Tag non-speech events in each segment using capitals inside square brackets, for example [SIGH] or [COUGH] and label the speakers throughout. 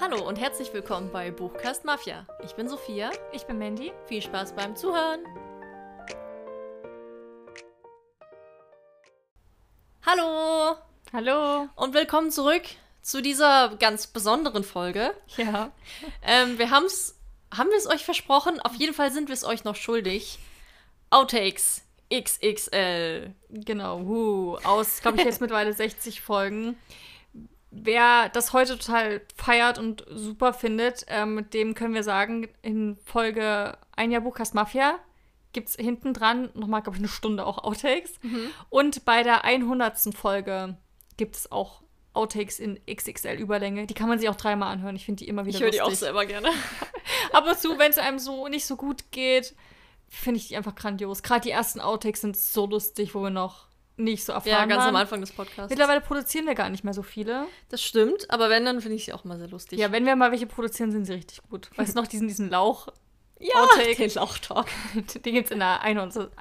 Speaker 1: Hallo und herzlich willkommen bei Buchkast Mafia. Ich bin Sophia.
Speaker 2: Ich bin Mandy.
Speaker 1: Viel Spaß beim Zuhören. Hallo
Speaker 2: Hallo.
Speaker 1: und willkommen zurück zu dieser ganz besonderen Folge.
Speaker 2: Ja.
Speaker 1: Ähm, wir haben's, haben wir es euch versprochen? Auf jeden Fall sind wir es euch noch schuldig. Outtakes XXL.
Speaker 2: Genau. Huh. Aus, glaube ich, jetzt mittlerweile 60 Folgen. Wer das heute total feiert und super findet, ähm, dem können wir sagen, in Folge Ein Jahr Buchkast Mafia gibt es hinten dran nochmal, glaube ich, eine Stunde auch Outtakes.
Speaker 1: Mhm.
Speaker 2: Und bei der 100. Folge gibt es auch Outtakes in XXL-Überlänge. Die kann man sich auch dreimal anhören. Ich finde die immer wieder
Speaker 1: Ich höre die auch
Speaker 2: lustig.
Speaker 1: selber gerne.
Speaker 2: Ab und zu, wenn es einem so nicht so gut geht, finde ich die einfach grandios. Gerade die ersten Outtakes sind so lustig, wo wir noch nicht so erfahren
Speaker 1: Ja, ganz
Speaker 2: waren.
Speaker 1: am Anfang des Podcasts.
Speaker 2: Mittlerweile produzieren wir gar nicht mehr so viele.
Speaker 1: Das stimmt, aber wenn, dann finde ich sie auch immer sehr lustig.
Speaker 2: Ja, wenn wir mal welche produzieren, sind sie richtig
Speaker 1: [LAUGHS]
Speaker 2: gut. Weißt du noch, diesen, diesen Lauch,
Speaker 1: ja
Speaker 2: Outtake.
Speaker 1: den Lauchtalk.
Speaker 2: den gibt es in der 100.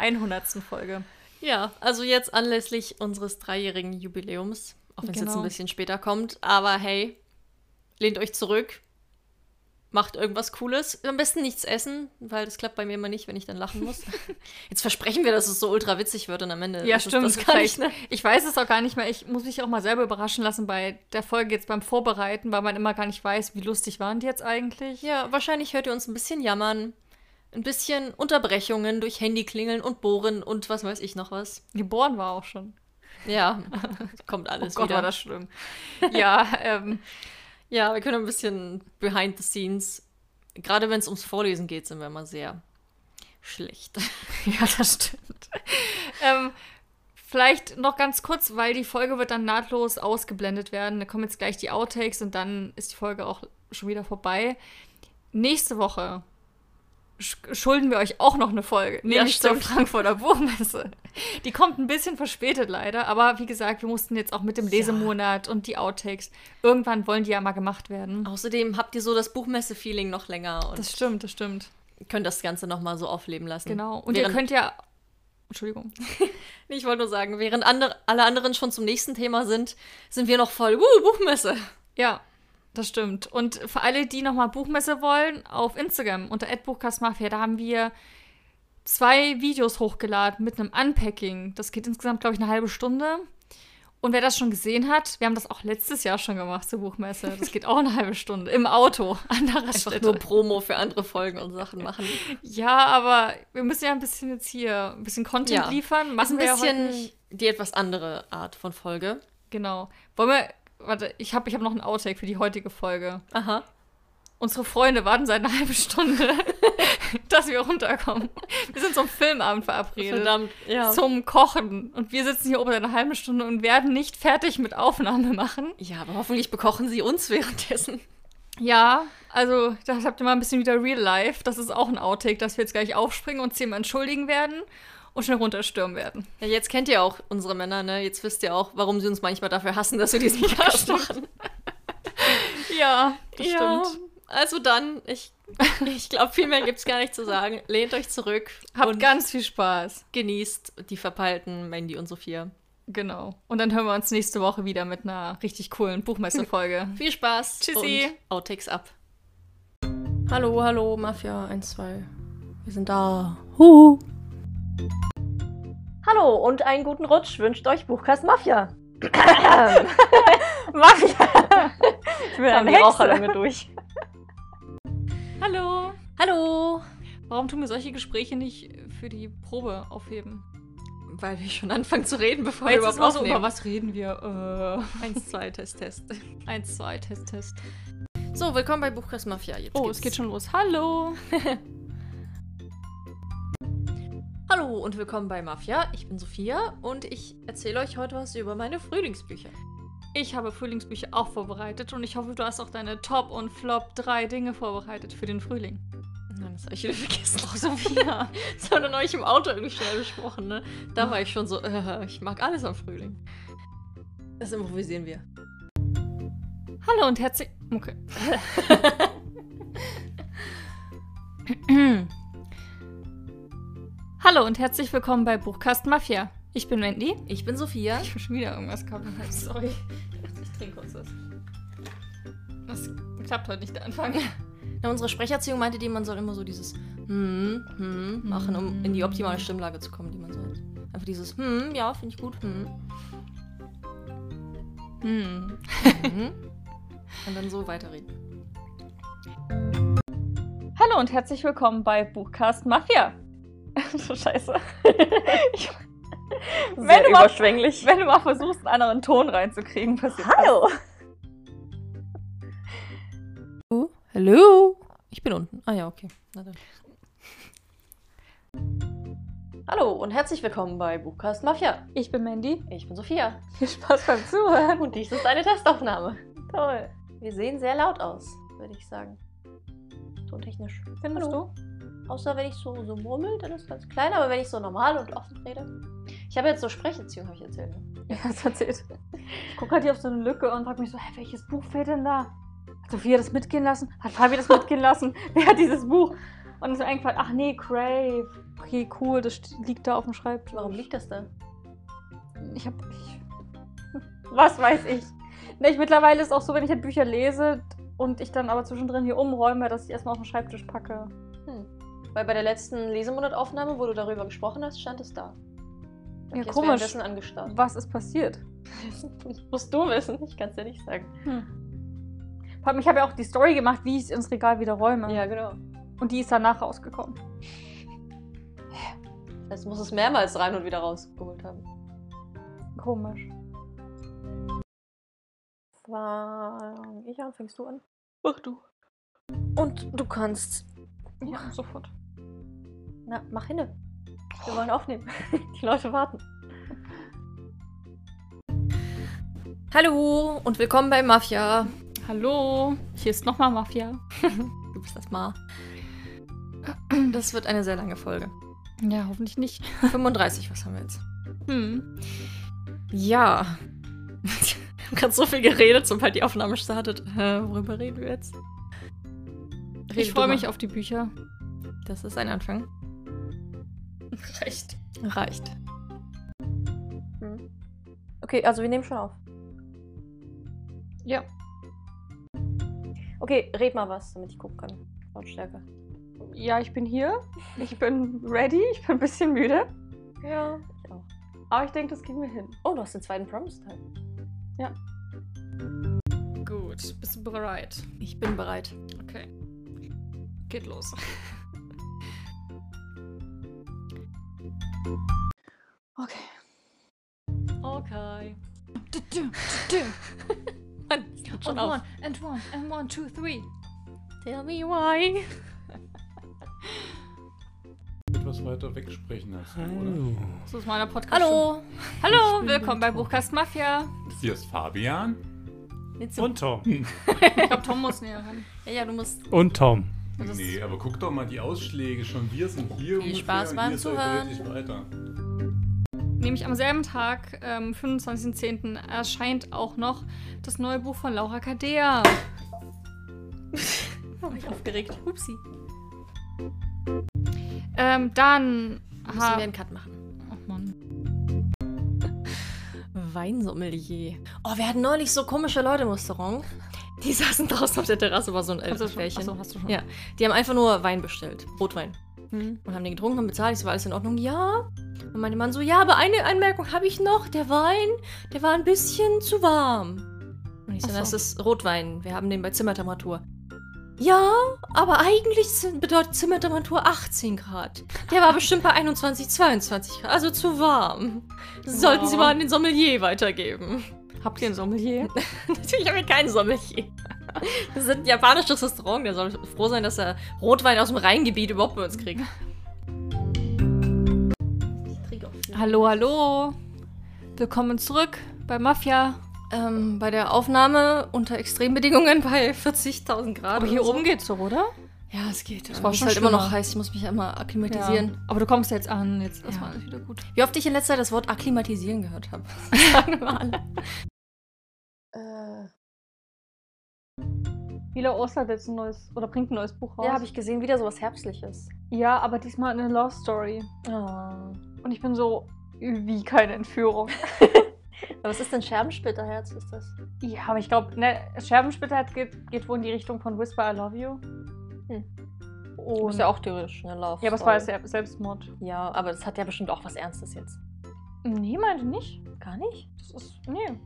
Speaker 2: Folge.
Speaker 1: Ja, also jetzt anlässlich unseres dreijährigen Jubiläums, auch wenn es jetzt ein
Speaker 2: Genau.
Speaker 1: bisschen später kommt, aber hey, lehnt euch zurück, macht irgendwas Cooles, am besten nichts essen, weil das klappt bei mir immer nicht, wenn ich dann lachen
Speaker 2: [LAUGHS]
Speaker 1: muss. jetzt versprechen wir, dass es so ultra witzig wird und am Ende
Speaker 2: Ja,
Speaker 1: ist es
Speaker 2: stimmt.
Speaker 1: das gar nicht.
Speaker 2: vielleicht. Ich weiß es auch gar nicht mehr. Ich muss mich auch mal selber überraschen lassen bei der Folge jetzt beim Vorbereiten, weil man immer gar nicht weiß, wie lustig waren die jetzt eigentlich.
Speaker 1: Ja, wahrscheinlich hört ihr uns ein bisschen jammern, ein bisschen Unterbrechungen durch Handyklingeln und Bohren und was weiß ich noch was.
Speaker 2: Geboren war auch schon. [LAUGHS]
Speaker 1: Ja, kommt alles
Speaker 2: oh Gott,
Speaker 1: wieder.
Speaker 2: war das schlimm. ja, [LAUGHS] ähm,
Speaker 1: Ja, wir können ein bisschen behind the scenes. Gerade wenn es ums Vorlesen geht, sind wir immer sehr schlecht. [LAUGHS]
Speaker 2: [LAUGHS] Ja, das stimmt. ähm, vielleicht noch ganz kurz, weil die Folge wird dann nahtlos ausgeblendet werden. Da kommen jetzt gleich die Outtakes und dann ist die Folge auch schon wieder vorbei. Nächste Woche sch- schulden wir euch auch noch eine Folge,
Speaker 1: Ja,
Speaker 2: nämlich zur
Speaker 1: stimmt.
Speaker 2: Frankfurter Buchmesse. Die kommt ein bisschen verspätet leider, aber wie gesagt, wir mussten jetzt auch mit dem
Speaker 1: Ja.
Speaker 2: Lesemonat und die Outtakes, irgendwann wollen die ja mal gemacht
Speaker 1: Oh,
Speaker 2: werden.
Speaker 1: Außerdem habt ihr so das Buchmesse-Feeling noch länger und
Speaker 2: Das stimmt, das stimmt.
Speaker 1: könnt das Ganze nochmal so aufleben lassen.
Speaker 2: Genau. Und ihr
Speaker 1: Mhm. während,
Speaker 2: könnt ja. Entschuldigung.
Speaker 1: ich wollte nur sagen, während andere, alle anderen schon zum nächsten Thema sind, sind wir noch voll, uh,
Speaker 2: [LAUGHS]
Speaker 1: Buchmesse.
Speaker 2: Ja, das stimmt. Und für alle, die nochmal Buchmesse wollen, auf Instagram unter @buchkastmafia, da haben wir zwei Videos hochgeladen mit einem Unpacking. Das geht insgesamt, glaube ich, eine halbe Stunde. Und wer das schon gesehen hat, wir haben das auch letztes Jahr schon gemacht zur Buchmesse. Das geht auch eine halbe Stunde im Auto [LAUGHS] an der
Speaker 1: Einfach nur
Speaker 2: Raststätte.
Speaker 1: Promo für andere Folgen und Sachen machen.
Speaker 2: Ja, aber wir müssen ja ein bisschen jetzt hier ein bisschen Content
Speaker 1: Ja.
Speaker 2: liefern.
Speaker 1: Ist ein
Speaker 2: Machen wir ja heute
Speaker 1: bisschen
Speaker 2: nicht.
Speaker 1: die etwas andere Art von Folge.
Speaker 2: Genau. Wollen wir Warte, ich habe ich hab noch einen Outtake für die heutige Folge.
Speaker 1: Aha.
Speaker 2: Unsere Freunde warten seit einer [LAUGHS] halben Stunde, dass wir runterkommen. Wir sind zum Filmabend verabredet.
Speaker 1: Verdammt, ja.
Speaker 2: Zum Kochen. Und wir sitzen hier oben seit einer halben Stunde und werden nicht fertig mit Aufnahme machen.
Speaker 1: Ja, aber hoffentlich bekochen sie uns währenddessen.
Speaker 2: Ja, also das habt ihr mal ein bisschen wieder Real Life. Das ist auch ein Outtake, dass wir jetzt gleich aufspringen und zehnmal entschuldigen werden und schnell runterstürmen werden.
Speaker 1: Ja, jetzt kennt ihr auch unsere Männer, ne? Jetzt wisst ihr auch, warum sie uns manchmal dafür hassen, dass wir diesen [LAUGHS] Podcast machen.
Speaker 2: Ja, das
Speaker 1: Das ja.
Speaker 2: stimmt.
Speaker 1: stimmt. Also dann, ich, [LAUGHS] ich glaube, viel mehr gibt's gar nicht zu sagen. Lehnt euch zurück
Speaker 2: Habt
Speaker 1: und
Speaker 2: ganz viel Spaß.
Speaker 1: genießt die verpeilten Mandy und Sophia.
Speaker 2: Genau. Und dann hören wir uns nächste Woche wieder mit einer richtig coolen Buchmessefolge.
Speaker 1: Viel Spaß.
Speaker 2: Tschüssi.
Speaker 1: Und Outtakes ab. Hallo, hallo, Mafia 1, 2. Wir sind da. Hallo und einen guten Rutsch wünscht euch Buchkast [LAUGHS] Mafia.
Speaker 2: Mafia! ich bin
Speaker 1: Haben
Speaker 2: eine
Speaker 1: die
Speaker 2: Hexe.
Speaker 1: Raucherlunge durch.
Speaker 2: Hallo!
Speaker 1: Hallo.
Speaker 2: Warum tun wir solche Gespräche nicht für die Probe aufheben?
Speaker 1: Weil wir schon anfangen zu reden, bevor
Speaker 2: Weil
Speaker 1: wir
Speaker 2: jetzt ist
Speaker 1: überhaupt
Speaker 2: immer so, über
Speaker 1: aufnehmen.
Speaker 2: was reden wir?
Speaker 1: 1, 2, Test, Test.
Speaker 2: Äh, eins, zwei, Test, Test.
Speaker 1: So, willkommen bei Buchkast Mafia. Jetzt
Speaker 2: Oh,
Speaker 1: geht's.
Speaker 2: es geht schon los. Hallo!
Speaker 1: Hallo und willkommen bei Mafia. Ich bin Sophia und ich erzähle euch heute was über meine Frühlingsbücher.
Speaker 2: Ich habe Frühlingsbücher auch vorbereitet und ich hoffe, du hast auch deine Top und Flop drei Dinge vorbereitet für den Frühling.
Speaker 1: Nein, das habe [LAUGHS] ich wieder vergessen.
Speaker 2: Oh, Sophia!
Speaker 1: Das haben wir neulich im Auto irgendwie schnell besprochen, ne? Da war ich schon so, äh, ich mag alles am Frühling. Das improvisieren wir.
Speaker 2: Hallo und herzlich. Okay. [LAUGHS] Hallo und herzlich willkommen bei Buchkast Mafia. Ich bin Wendy.
Speaker 1: Ich bin Sophia.
Speaker 2: Ich habe schon wieder irgendwas gehabt.
Speaker 1: Sorry. Ich trinke kurz was.
Speaker 2: Das klappt heute nicht der Anfang.
Speaker 1: Na, unsere Sprecherziehung meinte die, man soll immer so dieses hm, hm machen, um in die optimale Stimmlage zu kommen, die man so hat. Einfach dieses hm, ja, finde ich gut, hm.
Speaker 2: Hm.
Speaker 1: hm. Und dann so weiterreden.
Speaker 2: Hallo und herzlich willkommen bei Buchcast Mafia. [LAUGHS] so [LAUGHS] scheiße. Ich-
Speaker 3: Sehr
Speaker 2: du mal-
Speaker 3: überschwänglich.
Speaker 2: Wenn du mal versuchst, einen anderen Ton reinzukriegen, passiert das.
Speaker 3: Hallo.
Speaker 1: Hallo? Ich bin unten. Ah ja, okay. Na dann. Hallo und herzlich willkommen bei Buchcast Mafia.
Speaker 2: Ich bin Mandy.
Speaker 1: Ich bin Sophia.
Speaker 2: Viel Spaß beim Zuhören.
Speaker 1: Und dies ist eine Testaufnahme.
Speaker 2: Toll.
Speaker 1: Wir sehen sehr laut aus, würde ich sagen. Tontechnisch.
Speaker 2: Findest
Speaker 1: Hallo. Außer wenn ich so, so murmel, dann ist ganz klein, aber wenn ich so normal und offen rede. Ich habe jetzt so Sprecherziehung, habe ich erzählt. ne?
Speaker 2: du? Ja, das erzählt. Ich gucke halt hier auf so eine Lücke und frage mich so, hä, welches Buch fehlt denn da? Hat Sophia das mitgehen lassen? Hat Fabi das mitgehen lassen? [LAUGHS] Wer hat dieses Buch? Und es ist mir eingefallen, ach nee, Crave. Okay, cool, das st- liegt da auf dem Schreibtisch.
Speaker 1: Warum liegt das da?
Speaker 2: Ich hab. Ich, was weiß ich. Ne, ich mittlerweile ist es auch so, wenn ich halt Bücher lese und ich dann aber zwischendrin hier umräume, dass ich erstmal auf den Schreibtisch packe.
Speaker 1: Weil bei der letzten Lesemonataufnahme, wo du darüber gesprochen hast, stand es da.
Speaker 2: Ja,
Speaker 1: ist
Speaker 2: komisch.
Speaker 1: währenddessen angestarrt.
Speaker 2: Was ist passiert?
Speaker 1: Das musst du wissen, ich kann es dir nicht sagen.
Speaker 2: Vor allem, ich habe ja auch die Story gemacht, wie ich es ins Regal wieder räume.
Speaker 1: Ja, genau.
Speaker 2: Und die ist danach rausgekommen.
Speaker 1: Das muss es mehrmals rein und wieder rausgeholt haben.
Speaker 2: Komisch.
Speaker 1: Fang ich an, fängst du an?
Speaker 2: Ach du.
Speaker 1: Und du kannst.
Speaker 2: Ja, sofort. Oh.
Speaker 1: Na, mach hinne. Wir wollen aufnehmen. [LAUGHS] Die Leute warten. Hallo und willkommen bei Mafia.
Speaker 2: Hallo, hier ist nochmal Mafia.
Speaker 1: Du bist das Ma. Das wird eine sehr lange Folge.
Speaker 2: Ja, hoffentlich nicht.
Speaker 1: 35, was haben wir jetzt?
Speaker 2: Hm.
Speaker 1: Ja. Wir haben gerade so viel geredet, sobald die Aufnahme startet. Äh, worüber reden wir jetzt? Rede
Speaker 2: Ich
Speaker 1: du
Speaker 2: freue
Speaker 1: mal.
Speaker 2: mich auf die Bücher.
Speaker 1: Das ist ein Anfang.
Speaker 2: Recht.
Speaker 1: Reicht. Hm. Okay, also wir nehmen schon auf.
Speaker 2: Ja.
Speaker 1: Okay, red mal was, damit ich gucken kann. Lautstärke.
Speaker 2: Ja, ich bin hier. Ich bin ready. Ich bin ein bisschen müde.
Speaker 1: Ja, ich auch.
Speaker 2: Aber ich denke, das kriegen wir hin.
Speaker 1: Oh, du hast den zweiten Promise-Teil.
Speaker 2: Gut, bist du bereit?
Speaker 1: Ich bin bereit.
Speaker 2: Okay. Geht los. Okay.
Speaker 1: Okay.
Speaker 2: Und
Speaker 1: Schon auf.
Speaker 2: one, and one, and one, two, three.
Speaker 1: Tell me why.
Speaker 4: etwas weiter wegsprechen hast,
Speaker 1: Ah.
Speaker 4: oder?
Speaker 2: So ist meiner Podcast.
Speaker 1: Hallo.
Speaker 2: schon. Hallo, willkommen bei Buchkast Mafia.
Speaker 4: Hier ist Fabian.
Speaker 1: Jetzt
Speaker 5: Und Tom.
Speaker 2: Ich glaube, Tom muss näher ran.
Speaker 1: ja, ja, du musst.
Speaker 5: Und Tom.
Speaker 1: Das-
Speaker 4: nee, aber guck doch mal die Ausschläge schon. Wir sind hier
Speaker 1: Viel
Speaker 4: ungefähr
Speaker 1: Spaß
Speaker 4: und
Speaker 1: beim
Speaker 4: ihr seid
Speaker 1: Zuhören.
Speaker 4: deutlich weiter.
Speaker 2: Nämlich am selben Tag, ähm, 25.10., erscheint auch noch das neue Buch von Laura Cadea. Oh,
Speaker 1: Hab ich aufgeregt. Upsi.
Speaker 2: Ähm, dann
Speaker 1: Müssen
Speaker 2: ha-
Speaker 1: wir einen Cut machen.
Speaker 2: Oh Mann.
Speaker 1: Weinsommelier. Oh, wir hatten neulich so komische Leute im Restaurant. Die saßen draußen auf der Terrasse, war so ein
Speaker 2: Hast du
Speaker 1: älteres
Speaker 2: schon-
Speaker 1: Pärchen.
Speaker 2: Achso, hast du schon. Hm.
Speaker 1: Ja. Die haben einfach nur Wein bestellt, Rotwein. Und haben den getrunken, haben bezahlt, ich so, war alles in Ordnung? Ja. Und meine Mann so, ja, aber eine Anmerkung habe ich noch. Der Wein, der war ein bisschen zu warm. Und ich so,
Speaker 2: Ach so.
Speaker 1: das ist Rotwein. Wir haben den bei Zimmertemperatur. Ja, aber eigentlich sind- bedeutet Zimmertemperatur 18 Grad. Der war bestimmt bei 21, 22 Grad, also zu warm. Das sollten Sie
Speaker 2: Oh.
Speaker 1: mal an den Sommelier weitergeben.
Speaker 2: Habt ihr ein
Speaker 1: [LAUGHS]
Speaker 2: Sommelier?
Speaker 1: Natürlich haben wir keinen Sommelier. Das ist ein japanisches Restaurant. Der soll froh sein, dass er Rotwein aus dem Rheingebiet überhaupt bei uns kriegt. Ich trinke auch viel.
Speaker 2: Hallo, hallo. Willkommen zurück bei Mafia.
Speaker 1: Ähm, bei der Aufnahme unter Extrembedingungen [LAUGHS] bei 40.000 Grad.
Speaker 2: Aber hier
Speaker 1: oder so.
Speaker 2: oben geht's doch, oder?
Speaker 1: Ja, es geht. Es
Speaker 2: war
Speaker 1: ist
Speaker 2: schon
Speaker 1: halt immer noch
Speaker 2: schlimmer.
Speaker 1: heiß. Ich muss mich ja immer akklimatisieren.
Speaker 2: Aber du kommst jetzt an, jetzt ist
Speaker 1: Ja.
Speaker 2: mal alles wieder gut.
Speaker 1: Wie oft ich in letzter Zeit das Wort akklimatisieren gehört habe. [LAUGHS]
Speaker 6: Mila Oster hat jetzt ein neues oder bringt ein neues Buch raus.
Speaker 3: Ja, habe ich gesehen, wieder sowas Herbstliches.
Speaker 6: Ja, aber diesmal eine Love Story.
Speaker 3: Oh.
Speaker 6: Und ich bin so wie keine Entführung.
Speaker 1: Aber was ist denn Scherbensplitterherz? Ist das?
Speaker 2: Ja, aber ich glaube, ne, Scherbensplitterherz geht, geht wohl in die Richtung von Whisper I Love You. Und
Speaker 1: ist Hm. ja auch theoretisch eine Love
Speaker 2: Ja, aber es war ja Selbstmord.
Speaker 1: Ja, aber das hat ja bestimmt auch was Ernstes jetzt.
Speaker 2: Nee, meinte nicht.
Speaker 1: Gar nicht?
Speaker 2: Das ist. Nee.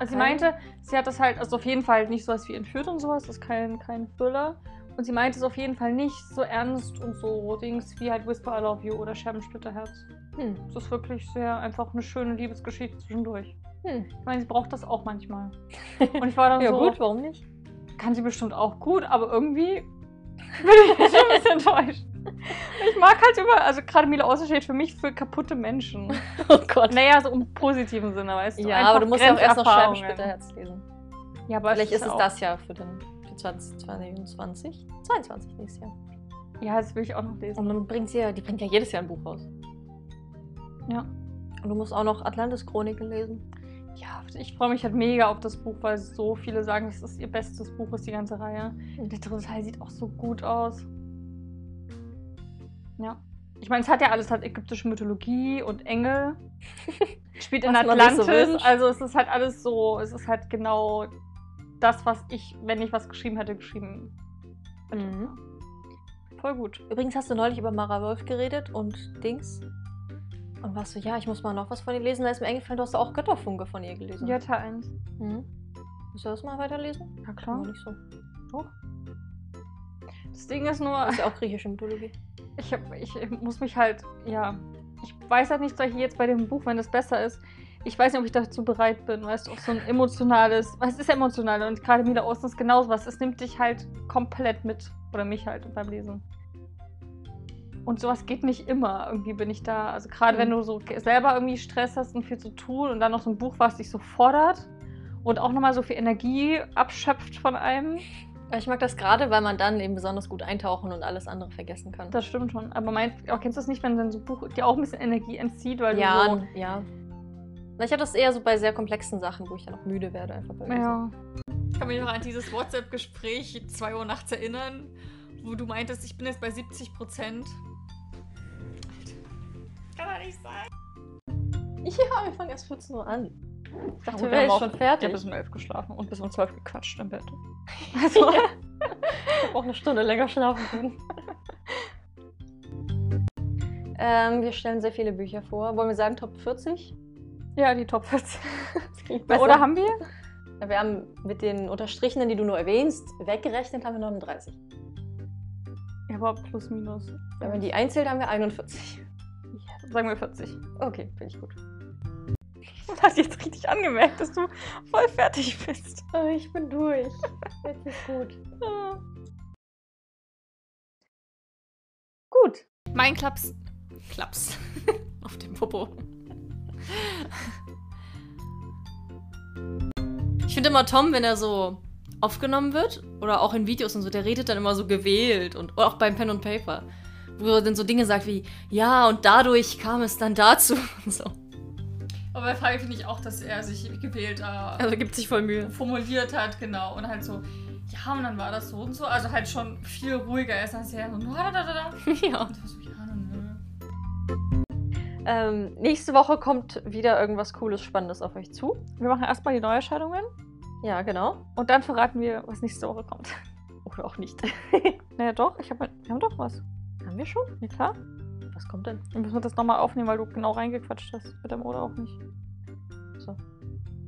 Speaker 2: Also sie
Speaker 1: Kein-
Speaker 2: meinte, sie hat das halt, also auf jeden Fall nicht sowas wie entführt und sowas, das ist kein, kein Thriller. Und sie meinte es auf jeden Fall nicht so ernst und so Dings wie halt Whisper I Love You oder Scherbensplitterherz.
Speaker 1: Hm.
Speaker 2: Es ist wirklich sehr einfach eine schöne Liebesgeschichte zwischendurch.
Speaker 1: Hm.
Speaker 2: Ich meine, sie braucht das
Speaker 1: [LAUGHS]
Speaker 2: auch manchmal. Und ich war dann
Speaker 1: Ja,
Speaker 2: so,
Speaker 1: gut, warum nicht?
Speaker 2: kann sie bestimmt auch gut, aber irgendwie bin ich [LAUGHS] schon ein bisschen enttäuscht. Ich mag halt immer, also gerade Mila Oster steht für mich für kaputte Menschen.
Speaker 1: [LAUGHS] Oh Gott.
Speaker 2: Naja, so im positiven Sinne, weißt du.
Speaker 1: ja, aber du musst ja auch erst noch
Speaker 2: Grenzerfahrungen.
Speaker 1: Scherbensplitterherz lesen.
Speaker 2: Ja, aber
Speaker 1: Vielleicht ist es
Speaker 2: auch-
Speaker 1: das ja für den für 2021, 22 nächstes Jahr.
Speaker 2: Ja, das will ich auch noch lesen.
Speaker 1: Und dann bringt sie ja, die bringt ja jedes Jahr ein Buch raus.
Speaker 2: Ja.
Speaker 1: Und du musst auch noch Atlantis Chroniken lesen.
Speaker 2: Ja, ich freue mich halt mega auf das Buch, weil so viele sagen, das ist ihr bestes Buch, ist die ganze Reihe. Und der dritte Teil sieht auch so gut aus. Ja. Ich meine, es hat ja alles, es hat ägyptische Mythologie und
Speaker 1: [LAUGHS]
Speaker 2: Engel. Spielt in
Speaker 1: Was man sich so
Speaker 2: Atlantis.
Speaker 1: wünscht.
Speaker 2: also es ist halt alles so, es ist halt genau das, was ich, wenn ich was geschrieben hätte, geschrieben. hätte.
Speaker 1: Mhm.
Speaker 2: Voll gut.
Speaker 1: Übrigens hast du neulich über Mara Wolf geredet und Dings. Und warst du, ja, ich muss mal noch was von ihr lesen. Da ist mir eingefallen, du hast auch Götterfunke von ihr gelesen.
Speaker 2: Ja, Teil 1.
Speaker 1: Mhm. Willst du das mal weiterlesen?
Speaker 2: Ja,
Speaker 1: Ja.
Speaker 2: klar.
Speaker 1: Nicht so.
Speaker 2: Das Ding ist nur,
Speaker 1: Ist ja auch griechische Mythologie.
Speaker 2: ich, hab, ich muss mich halt, ja, ich weiß halt nicht, soll ich jetzt bei dem Buch, wenn das besser ist, ich weiß nicht, ob ich dazu bereit bin, weißt du, auf so ein emotionales, weil es ist ja emotional und gerade Mila Osten ist genauso was, es nimmt dich halt komplett mit oder mich halt beim Lesen. Und sowas geht nicht immer, irgendwie bin ich da, also gerade
Speaker 1: Mhm.
Speaker 2: wenn du so ge- selber irgendwie Stress hast und viel zu tun und dann noch so ein Buch, was dich so fordert und auch nochmal so viel Energie abschöpft von einem.
Speaker 1: Aber ich mag das gerade, weil man dann eben besonders gut eintauchen und alles andere vergessen kann.
Speaker 2: Das stimmt schon. Aber meinst, auch kennst du es nicht, wenn dann so ein Buch dir auch ein bisschen Energie entzieht, weil
Speaker 1: ja,
Speaker 2: du halt so,
Speaker 1: n- ja. Na, ich habe das eher so bei sehr komplexen Sachen, wo ich dann auch müde werde einfach beim Lesen.
Speaker 2: Ja.
Speaker 7: Ich kann mich noch an dieses WhatsApp-Gespräch 2 Uhr nachts erinnern, wo du meintest, ich bin jetzt bei 70 Prozent.
Speaker 1: Ja, wir fangen erst 14 Uhr an. Ich dachte, wir
Speaker 2: Gut,
Speaker 1: wären
Speaker 2: haben auch-
Speaker 1: schon
Speaker 2: Ich habe
Speaker 1: fertig.
Speaker 2: bis um elf geschlafen und bis um zwölf gequatscht [LAUGHS] im Bett. [LAUGHS]
Speaker 1: Also, ich hab auch eine Stunde länger schlafen können. [LAUGHS] ähm, wir stellen sehr viele Bücher vor. Wollen wir sagen Top 40?
Speaker 2: Ja, die Top [LAUGHS] 14.
Speaker 1: Das klingt
Speaker 2: Oder haben wir?
Speaker 1: wir? Wir haben mit den Unterstrichenen, die du nur erwähnst, weggerechnet haben wir 39.
Speaker 2: Ja, aber plus minus.
Speaker 1: Wenn man die einzählt, haben wir 41.
Speaker 2: Sagen wir 40.
Speaker 1: Okay, finde ich gut.
Speaker 2: Das [LAUGHS] hast du jetzt richtig angemerkt, dass du voll fertig bist.
Speaker 1: Oh, ich bin durch. Jetzt ist gut. Gut.
Speaker 7: Mein Klaps. Klaps. [LAUGHS] Auf dem Popo.
Speaker 8: Ich finde immer Tom, wenn er so aufgenommen wird oder auch in Videos und so, der redet dann immer so gewählt und auch beim Pen und Paper, wo er dann so Dinge sagt wie ja und dadurch kam es dann dazu [LAUGHS] und so.
Speaker 7: Aber bei Fabi finde ich auch, dass er sich gewählt äh,
Speaker 8: Also gibt sich voll Mühe.
Speaker 7: formuliert hat, genau. Und halt so, ja, und dann war das so und so. Also halt schon viel ruhiger. Er ist dann sehr so, na, da, da, da, da.
Speaker 8: [LAUGHS]
Speaker 7: Und
Speaker 8: ja.
Speaker 7: ich war so, ja, nö.
Speaker 1: Ähm, nächste Woche kommt wieder irgendwas Cooles, Spannendes auf euch zu.
Speaker 2: Wir machen erstmal die Neuerscheinungen
Speaker 1: Ja, genau.
Speaker 2: und dann verraten wir, was nächste Woche kommt. [LAUGHS]
Speaker 1: Oder auch nicht. [LAUGHS]
Speaker 2: Naja, doch, ich hab, halt, wir haben doch was.
Speaker 1: Haben wir schon?
Speaker 2: Ja, klar.
Speaker 1: Was kommt denn?
Speaker 2: Dann müssen wir das nochmal aufnehmen, weil du genau reingequatscht hast. Mit deinem Oder auch nicht.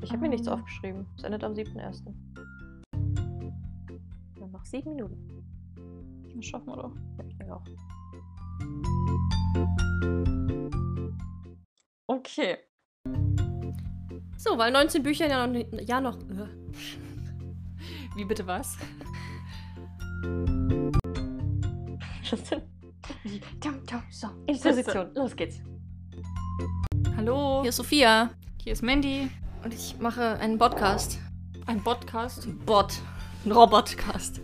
Speaker 1: Ich habe mir nichts
Speaker 2: Ähm.
Speaker 1: aufgeschrieben. Es endet am 7.1. Dann noch sieben Minuten.
Speaker 2: Das schaffen wir doch.
Speaker 1: Ja, auch.
Speaker 2: Okay.
Speaker 8: So, weil 19 Bücher ja noch, nicht- ja noch äh.
Speaker 7: Wie bitte was?
Speaker 1: Justin,
Speaker 2: Dum, dum, so.
Speaker 1: in Position. Los geht's.
Speaker 7: Hallo,
Speaker 8: Hier ist Sophia
Speaker 7: hier ist Mandy.
Speaker 8: und ich mache einen Podcast.
Speaker 7: Ein Podcast.
Speaker 8: Bot. Ein Robotcast.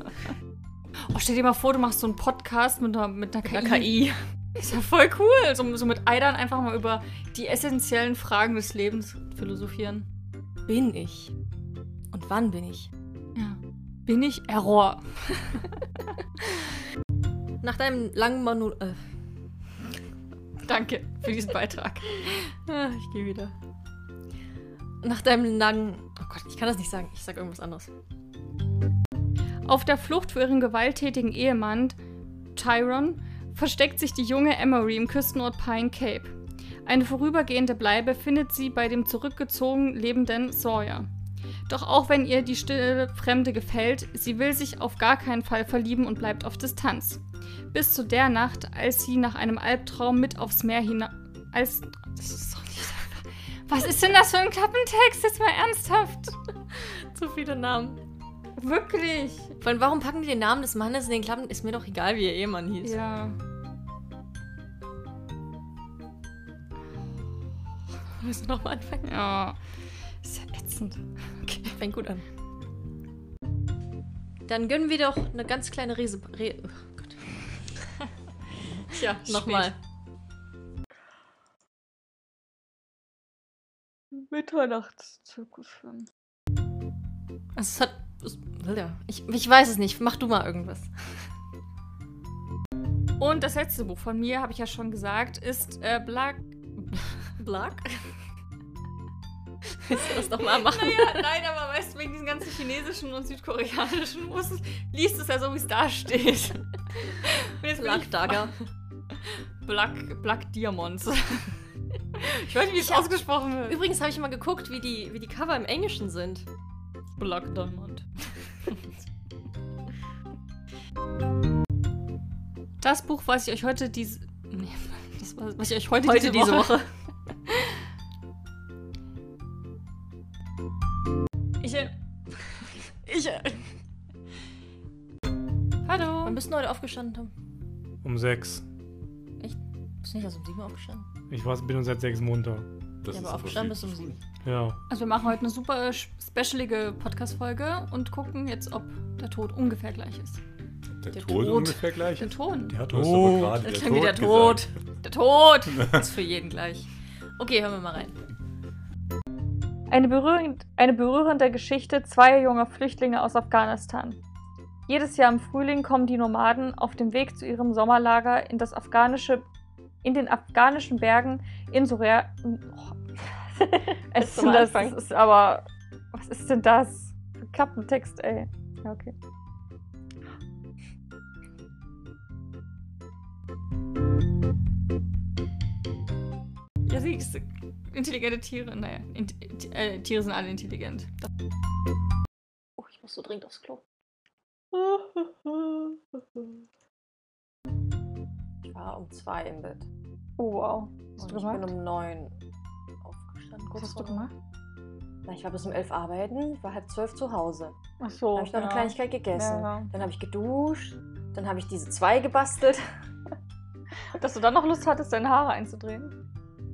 Speaker 7: Oh, stell dir mal vor, du machst so einen Podcast mit einer, mit einer KI.
Speaker 8: Einer KI.
Speaker 7: Ist ja voll cool. So, so mit Eidern einfach mal über die essentiellen Fragen des Lebens philosophieren.
Speaker 8: Bin ich? Und wann bin ich?
Speaker 7: Ja. Bin ich Error?
Speaker 8: Nach deinem langen Manu... Äh.
Speaker 7: Danke für diesen Beitrag. Ah, ich gehe wieder.
Speaker 1: nach deinem langen. Oh Gott, ich kann das nicht sagen. Ich sag irgendwas anderes.
Speaker 2: Auf der Flucht vor ihrem gewalttätigen Ehemann, Tyron, versteckt sich die junge Emery im Küstenort Pine Cape. Eine vorübergehende Bleibe findet sie bei dem zurückgezogen lebenden Sawyer. Doch auch wenn ihr die stille Fremde gefällt, sie will sich auf gar keinen Fall verlieben und bleibt auf Distanz. Bis zu der Nacht, als sie nach einem Albtraum mit aufs Meer hina... als... Das ist doch nicht... Was ist denn das für ein Klappentext? Jetzt mal ernsthaft.
Speaker 1: Zu viele Namen.
Speaker 2: Wirklich.
Speaker 1: Vor allem, warum packen die den Namen des Mannes in den Klappen? Ist mir doch egal, wie ihr Ehemann hieß.
Speaker 2: Ja.
Speaker 1: Wir müssen nochmal anfangen.
Speaker 2: Ja. Ist ja ätzend.
Speaker 1: Okay, fängt gut an. Dann gönnen wir doch eine ganz kleine Riese. Re oh Gott.
Speaker 2: Tja,
Speaker 1: Nochmal.
Speaker 6: Mitternachtszyklus.
Speaker 1: Also es hat. Es, ja, ich, ich weiß es nicht. Mach du mal irgendwas.
Speaker 2: Und das letzte Buch von mir, habe ich ja schon gesagt, ist äh, Black.
Speaker 1: Black? [LAUGHS] Willst du das nochmal [LAUGHS] machen?
Speaker 2: Naja, nein, aber weißt du, wegen diesen ganzen chinesischen und südkoreanischen muss es, liest es ja so, wie es da steht.
Speaker 1: Black Dagger.
Speaker 2: Black, Black Diamonds. Ich weiß nicht, wie es
Speaker 1: Ich hab-
Speaker 2: ausgesprochen wird.
Speaker 1: [LAUGHS] Übrigens habe ich mal geguckt, wie die, wie die Cover im Englischen sind.
Speaker 2: Black Diamond. Das Buch, was ich euch heute diese. Nee, [LAUGHS] das, was was ich euch heute,
Speaker 1: Heute diese [LAUGHS] Woche.
Speaker 2: Ich. äh, Ich. äh, Hallo.
Speaker 1: Wann bist du heute aufgestanden, Tom?
Speaker 5: Um sechs.
Speaker 1: Bist du nicht aus dem Sieben aufgestanden?
Speaker 5: Ich war, bin seit sechs munter.
Speaker 4: Das
Speaker 1: Ja, aber
Speaker 4: ist
Speaker 1: aufgestanden
Speaker 4: viel
Speaker 1: bist du um
Speaker 4: zu
Speaker 1: sieben.
Speaker 5: Ja.
Speaker 2: Also wir machen heute eine super sch- specialige Podcast-Folge und gucken jetzt, ob der Tod ungefähr gleich ist.
Speaker 4: früh. Der,
Speaker 1: Der
Speaker 4: Tod,
Speaker 1: Tod.
Speaker 4: ungefähr gleich.
Speaker 2: Der Ton.
Speaker 5: Der
Speaker 4: Du hast aber gerade
Speaker 1: Das
Speaker 4: der
Speaker 1: klang wie der
Speaker 4: gesagt.
Speaker 1: Tod. Der Tod.
Speaker 4: [LAUGHS]
Speaker 1: ist für jeden gleich. Okay, hören wir mal rein.
Speaker 6: Eine, berührend, eine berührende Geschichte zweier junger Flüchtlinge aus Afghanistan. Jedes Jahr im Frühling kommen die Nomaden auf dem Weg zu ihrem Sommerlager in, das afghanische, in den afghanischen Bergen in Surya.
Speaker 2: [LAUGHS]
Speaker 6: Oh. Was ist denn das? das ist aber. Was ist denn das? Für ein Klappentext, ey. Ja, okay.
Speaker 2: Ja, siehst du. Intelligente Tiere. Naja, int- int- äh, Tiere sind alle intelligent.
Speaker 6: [LAUGHS]
Speaker 3: Oh, ich muss so dringend aufs Klo.
Speaker 6: Oh,
Speaker 3: Ich war um zwei im Bett.
Speaker 6: Oh, wow.
Speaker 3: Und
Speaker 6: Hast du
Speaker 3: ich bin
Speaker 6: gemacht?
Speaker 3: um neun aufgestanden.
Speaker 6: Was
Speaker 3: kurz
Speaker 6: hast du
Speaker 3: vor
Speaker 6: gemacht?
Speaker 3: neun. Na, ich war bis um elf arbeiten, ich war halb zwölf zu Hause.
Speaker 6: Ach so.
Speaker 3: Dann habe ich noch
Speaker 1: Oh,
Speaker 3: eine Kleinigkeit gegessen.
Speaker 6: Ja,
Speaker 3: Dann habe ich geduscht. Dann habe ich diese zwei gebastelt.
Speaker 6: ja. Dass du dann noch Lust hattest, deine Haare einzudrehen.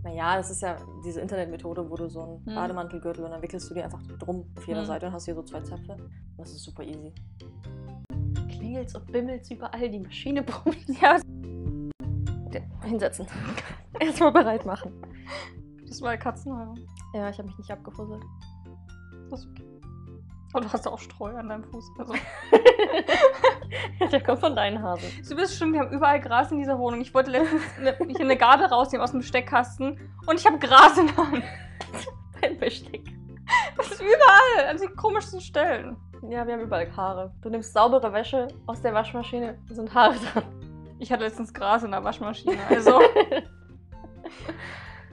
Speaker 3: Naja, das ist ja diese Internetmethode, wo du so einen
Speaker 6: Hm.
Speaker 3: Bademantelgürtel und dann wickelst du die einfach drum auf jeder
Speaker 6: Hm.
Speaker 3: Seite und hast hier so zwei Zöpfe. Und Das ist super easy. Klingelt's und bimmelt's überall, die Maschine [LAUGHS] brummt.
Speaker 6: Ja,
Speaker 3: [LAUGHS] Hinsetzen. Erstmal bereit machen.
Speaker 6: das war Katzenhaare.
Speaker 3: Ja, ich habe mich nicht [LAUGHS] abgefusselt.
Speaker 6: Das ist okay. Und du hast auch Streu an deinem Fuß. [LAUGHS] Also,
Speaker 3: Der kommt von deinen Hasen.
Speaker 6: du bist schon, wir haben überall Gras in dieser Wohnung. Ich wollte letztens eine, hier eine Garde rausnehmen aus dem Besteckkasten und ich habe Gras in der [LAUGHS] Hand.
Speaker 3: Dein Besteck.
Speaker 6: Das ist überall, an den komischsten Stellen.
Speaker 3: Ja, wir haben überall Haare. Du nimmst saubere Wäsche aus der Waschmaschine, sind Haare dran.
Speaker 6: Ich hatte letztens Gras in der Waschmaschine. Also. [LAUGHS]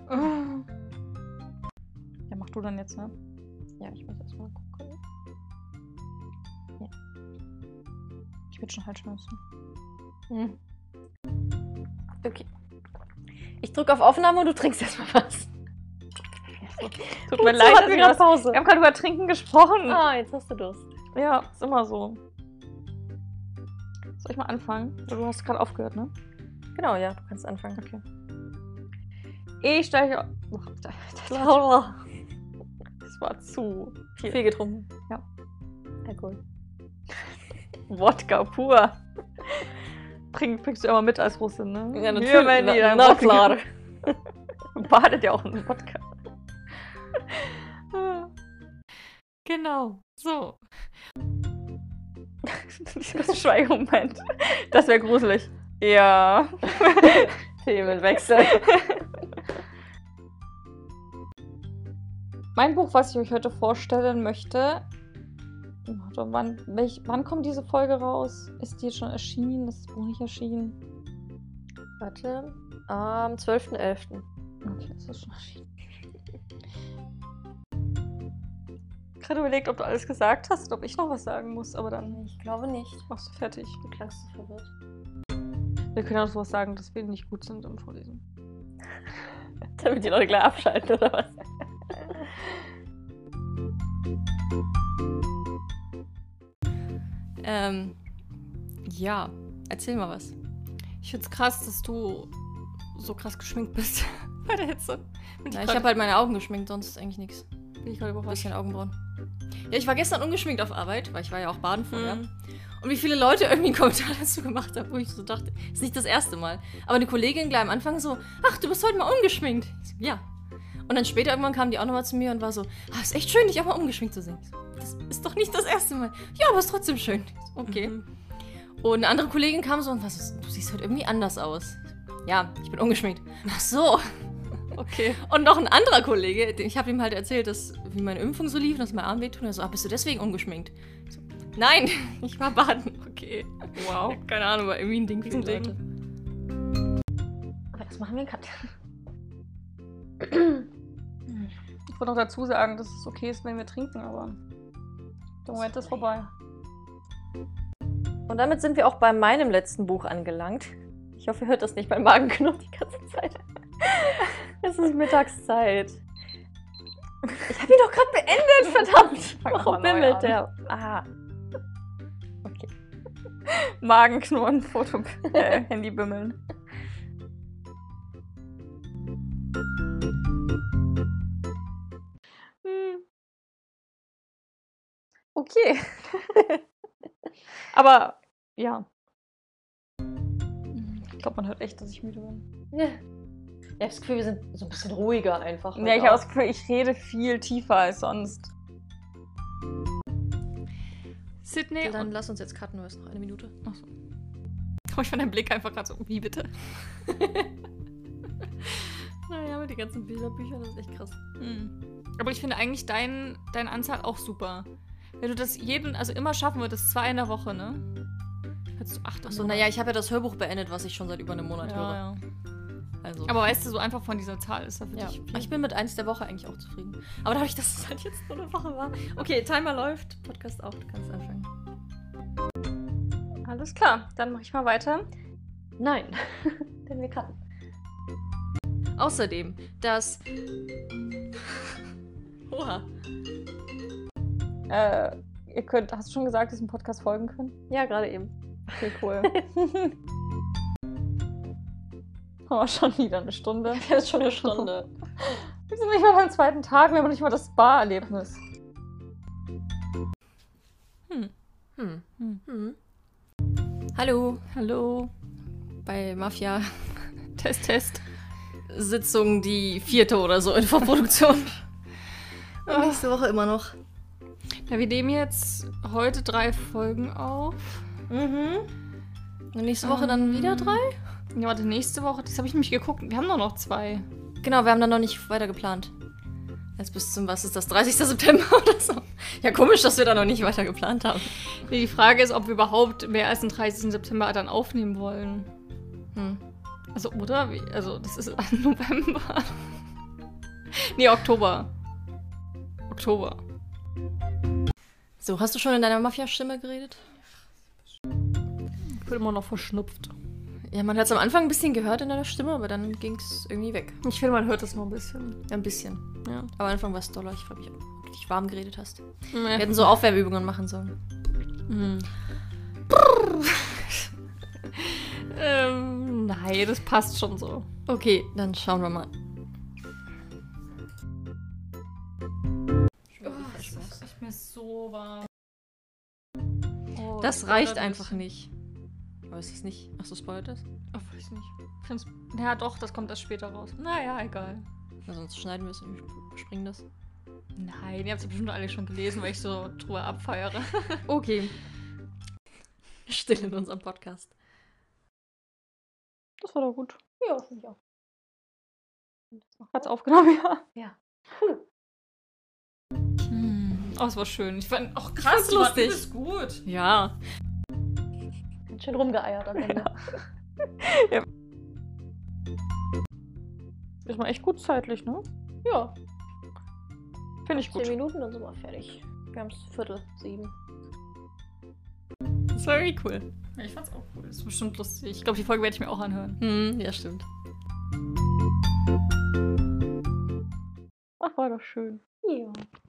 Speaker 6: ja, mach du dann jetzt, ne?
Speaker 3: Ja, ich muss erstmal gucken.
Speaker 6: Ich will schon Halsschmerzen.
Speaker 3: Okay. Ich drücke auf Aufnahme und du trinkst erstmal was.
Speaker 6: Tut mir leid, dass
Speaker 3: wir
Speaker 6: ich
Speaker 3: gerade
Speaker 6: das...
Speaker 3: Pause.
Speaker 6: Wir haben gerade über Trinken gesprochen.
Speaker 3: Ah, jetzt hast du Durst.
Speaker 6: Ja, ist immer so. Soll ich mal anfangen? Du hast gerade aufgehört, ne?
Speaker 3: Genau, ja, du kannst anfangen.
Speaker 6: Okay. Ich steige. Oh, da- da- da-
Speaker 3: Laura.
Speaker 6: Das war zu viel.
Speaker 3: Viel getrunken.
Speaker 6: Ja.
Speaker 3: Alkohol.
Speaker 6: Wodka pur. Trink, bringst du immer mit als Russin, ne?
Speaker 3: Ja,
Speaker 6: Ja,
Speaker 3: natürlich.
Speaker 6: wenn die
Speaker 3: Na-
Speaker 6: dann
Speaker 3: na
Speaker 6: Wodka-
Speaker 3: klar.
Speaker 6: [LAUGHS] Badet ja auch in Wodka.
Speaker 2: [LAUGHS] Genau. So.
Speaker 6: Dieser Schweigemoment. Das wäre gruselig. Ja. [LAUGHS]
Speaker 3: Themenwechsel.
Speaker 2: Mein Buch, was ich euch heute vorstellen möchte. Warte, wann, welch, wann kommt diese Folge raus? Ist die jetzt schon erschienen? Ist das Buch nicht erschienen?
Speaker 9: Warte. Am 12.11.
Speaker 2: Okay, es ist schon erschienen. Gerade überlegt, ob du alles gesagt hast und ob ich noch was sagen muss, aber dann
Speaker 9: Ich glaube nicht.
Speaker 2: machst du fertig.
Speaker 9: Du klangst so verwirrt.
Speaker 2: Wir können auch sowas sagen, dass wir nicht gut sind im Vorlesen.
Speaker 9: [LAUGHS] Damit die Leute gleich abschalten, oder was?
Speaker 1: [LAUGHS] Ähm, ja, erzähl mal was.
Speaker 10: Ich find's krass, dass du so krass
Speaker 1: [LAUGHS]
Speaker 10: geschminkt bist bei der Hitze. Bin
Speaker 1: Na, ich
Speaker 10: grad-
Speaker 1: habe halt meine Augen geschminkt, sonst eigentlich nichts.
Speaker 10: bin ich gerade
Speaker 1: Ein
Speaker 10: überrascht.
Speaker 1: bisschen Augenbrauen. Ja, ich war gestern ungeschminkt auf Arbeit, weil ich war ja auch baden vorher.
Speaker 10: Mhm.
Speaker 1: Und wie viele Leute irgendwie einen Kommentar [LAUGHS] dazu gemacht haben, wo ich so dachte, ist nicht das erste Mal. Aber eine Kollegin gleich am Anfang so, ach, du bist heute mal ungeschminkt. Ich so, ja. Und dann später irgendwann kam die auch nochmal zu mir und war so, ah, ist echt schön, dich auch mal ungeschminkt zu sehen. Ich so, Das ist doch nicht das erste Mal. Ja, aber ist trotzdem schön. Ich so, Okay.
Speaker 10: Mhm.
Speaker 1: Und eine andere Kollegin kam so und war so, du siehst heute irgendwie anders aus. Ja, ich bin ungeschminkt. Ach so.
Speaker 10: Okay.
Speaker 1: Und noch ein anderer Kollege, ich habe ihm halt erzählt, dass wie meine Impfung so lief, und dass mein Arm wehtut. Und er so, ah, bist du deswegen ungeschminkt? Ich So, Nein, [LAUGHS] ich war baden. Okay.
Speaker 10: Wow.
Speaker 1: Keine Ahnung, war irgendwie ein Ding für die
Speaker 10: Riesending.
Speaker 1: Leute.
Speaker 9: Aber das machen wir gerade.
Speaker 2: Ich wollte noch dazu sagen, dass es okay ist, wenn wir trinken, aber der Moment ist vorbei.
Speaker 9: Und damit sind wir auch bei meinem letzten Buch angelangt. Ich hoffe, ihr hört das nicht. Mein Magen knurrt die ganze
Speaker 1: [LAUGHS]
Speaker 9: Zeit. Es ist Mittagszeit. Ich habe ihn doch gerade beendet, verdammt.
Speaker 2: Fang doch
Speaker 9: Warum
Speaker 2: mal neu
Speaker 9: bimmelt
Speaker 2: an.
Speaker 9: der? Ah,
Speaker 2: Magenknurren, Foto, äh, Handy bimmeln. Hm. Okay. Aber ja. Ich glaube, man hört echt, dass ich müde bin.
Speaker 9: Ja. Ich habe das Gefühl, wir sind so ein bisschen ruhiger einfach.
Speaker 2: Ja, ich habe das Gefühl, ich rede viel tiefer als sonst.
Speaker 10: Sydney
Speaker 1: Dann
Speaker 10: und
Speaker 1: lass uns jetzt cutten, du hast noch eine Minute.
Speaker 10: Oh, ich fand deinen Blick einfach gerade so, wie bitte?
Speaker 1: Naja, mit den ganzen Bilderbüchern, das ist echt krass.
Speaker 10: Hm. Aber ich finde eigentlich dein, deine Anzahl auch super. Wenn du das jeden, also immer schaffen würdest, zwei in der Woche, ne? Hättest du acht im
Speaker 1: Achso,
Speaker 10: Monat.
Speaker 1: naja, ich habe ja das Hörbuch beendet, was ich schon seit über einem Monat höre.
Speaker 10: ja, ja.
Speaker 1: Also.
Speaker 10: Aber weißt du, so einfach von dieser Zahl ist da für
Speaker 1: ja.
Speaker 10: dich
Speaker 1: Aber ich bin mit eins der Woche eigentlich auch zufrieden. Aber dadurch, [LAUGHS] dass es halt jetzt nur eine Woche war. Okay, Timer läuft, Podcast auch, du kannst anfangen.
Speaker 2: Alles klar, dann mache ich mal weiter.
Speaker 9: Nein, denn wir cutten.
Speaker 1: Außerdem, dass. [LAUGHS] Oha.
Speaker 2: Äh, ihr könnt, hast du schon gesagt, dass wir dem Podcast folgen können?
Speaker 9: Ja, gerade eben.
Speaker 2: Okay, cool. [LAUGHS] Haben wir schon wieder eine Stunde.
Speaker 9: Wir haben jetzt
Speaker 2: [LAUGHS]
Speaker 9: schon eine Stunde.
Speaker 2: Wir sind nicht mal beim zweiten Tag, wir haben noch nicht mal das Spa-Erlebnis.
Speaker 1: Hm.
Speaker 10: Hm.
Speaker 1: Hm. Hallo,
Speaker 10: Hallo.
Speaker 1: bei [LAUGHS] Mafia-Sitzung,
Speaker 10: Test, Test.
Speaker 1: die vierte oder so in Vorproduktion. [LAUGHS] Und nächste Woche immer noch.
Speaker 10: Na, wir nehmen jetzt heute drei Folgen auf.
Speaker 1: Mhm. Und nächste Woche dann
Speaker 10: Ähm,
Speaker 1: wieder drei?
Speaker 10: Ja, warte, nächste Woche, das habe ich nämlich geguckt. Wir haben doch noch zwei.
Speaker 1: Genau, wir haben dann noch nicht weiter geplant. Jetzt bis zum, was ist das, 30. September [LAUGHS] oder so? Ja, komisch, dass wir da noch nicht weiter geplant haben.
Speaker 10: Nee, die Frage ist, ob wir überhaupt mehr als den 30. September dann aufnehmen wollen.
Speaker 1: Hm.
Speaker 10: Also, oder? Wie- Also, das ist [LAUGHS] November. nee, Oktober. Oktober.
Speaker 1: So, hast du schon in deiner Mafia-Stimme geredet?
Speaker 10: Ich bin immer noch verschnupft.
Speaker 1: Ja, man hat es am Anfang ein bisschen gehört in deiner Stimme, aber dann ging es irgendwie weg.
Speaker 10: Ich finde, man hört das noch ein bisschen.
Speaker 1: Ein bisschen.
Speaker 10: Ja.
Speaker 1: Aber am Anfang war es doller. Ich glaube, ich, ob du dich warm geredet hast. Wir
Speaker 10: Nee.
Speaker 1: hätten so Aufwärmübungen machen sollen.
Speaker 10: Mhm. [LAUGHS] ähm, nein, das passt schon so.
Speaker 1: Okay, dann schauen wir mal.
Speaker 10: Oh, ist mir so warm. Oh,
Speaker 1: Das reicht einfach nicht. Aber ist das nicht? Ach so, spoilert das?
Speaker 10: Oh, weiß nicht. Ich find's- Ja, doch, das kommt erst später raus. Naja, egal.
Speaker 1: Na, sonst schneiden wir es und wir springen das.
Speaker 10: Nein, ihr habt es bestimmt alle schon gelesen, weil ich so drüber abfeiere.
Speaker 1: Okay. Still in unserem Podcast.
Speaker 2: Das war doch gut.
Speaker 9: Ja, finde ich auch.
Speaker 11: [LAUGHS]
Speaker 2: Hat's aufgenommen, ja.
Speaker 9: Cool.
Speaker 10: Oh, es war schön. Ich fand auch
Speaker 1: fand's
Speaker 10: krass
Speaker 1: lustig.
Speaker 10: lustig. Ist gut.
Speaker 1: Ja.
Speaker 2: Ganz schön rumgeeiert am
Speaker 10: [LAUGHS]
Speaker 2: Ende.
Speaker 11: Ist mal echt gut zeitlich, ne?
Speaker 2: Ja,
Speaker 11: Finde ich
Speaker 2: zehn
Speaker 11: gut.
Speaker 2: Minuten, dann sind wir fertig. Wir haben es Viertel sieben.
Speaker 1: Das war irgendwie cool.
Speaker 10: Ich fand's auch gut. Ist bestimmt lustig. Ich glaube, die Folge werde ich mir auch anhören.
Speaker 1: Hm, ja, stimmt.
Speaker 11: Ach, war doch schön.
Speaker 2: Ja.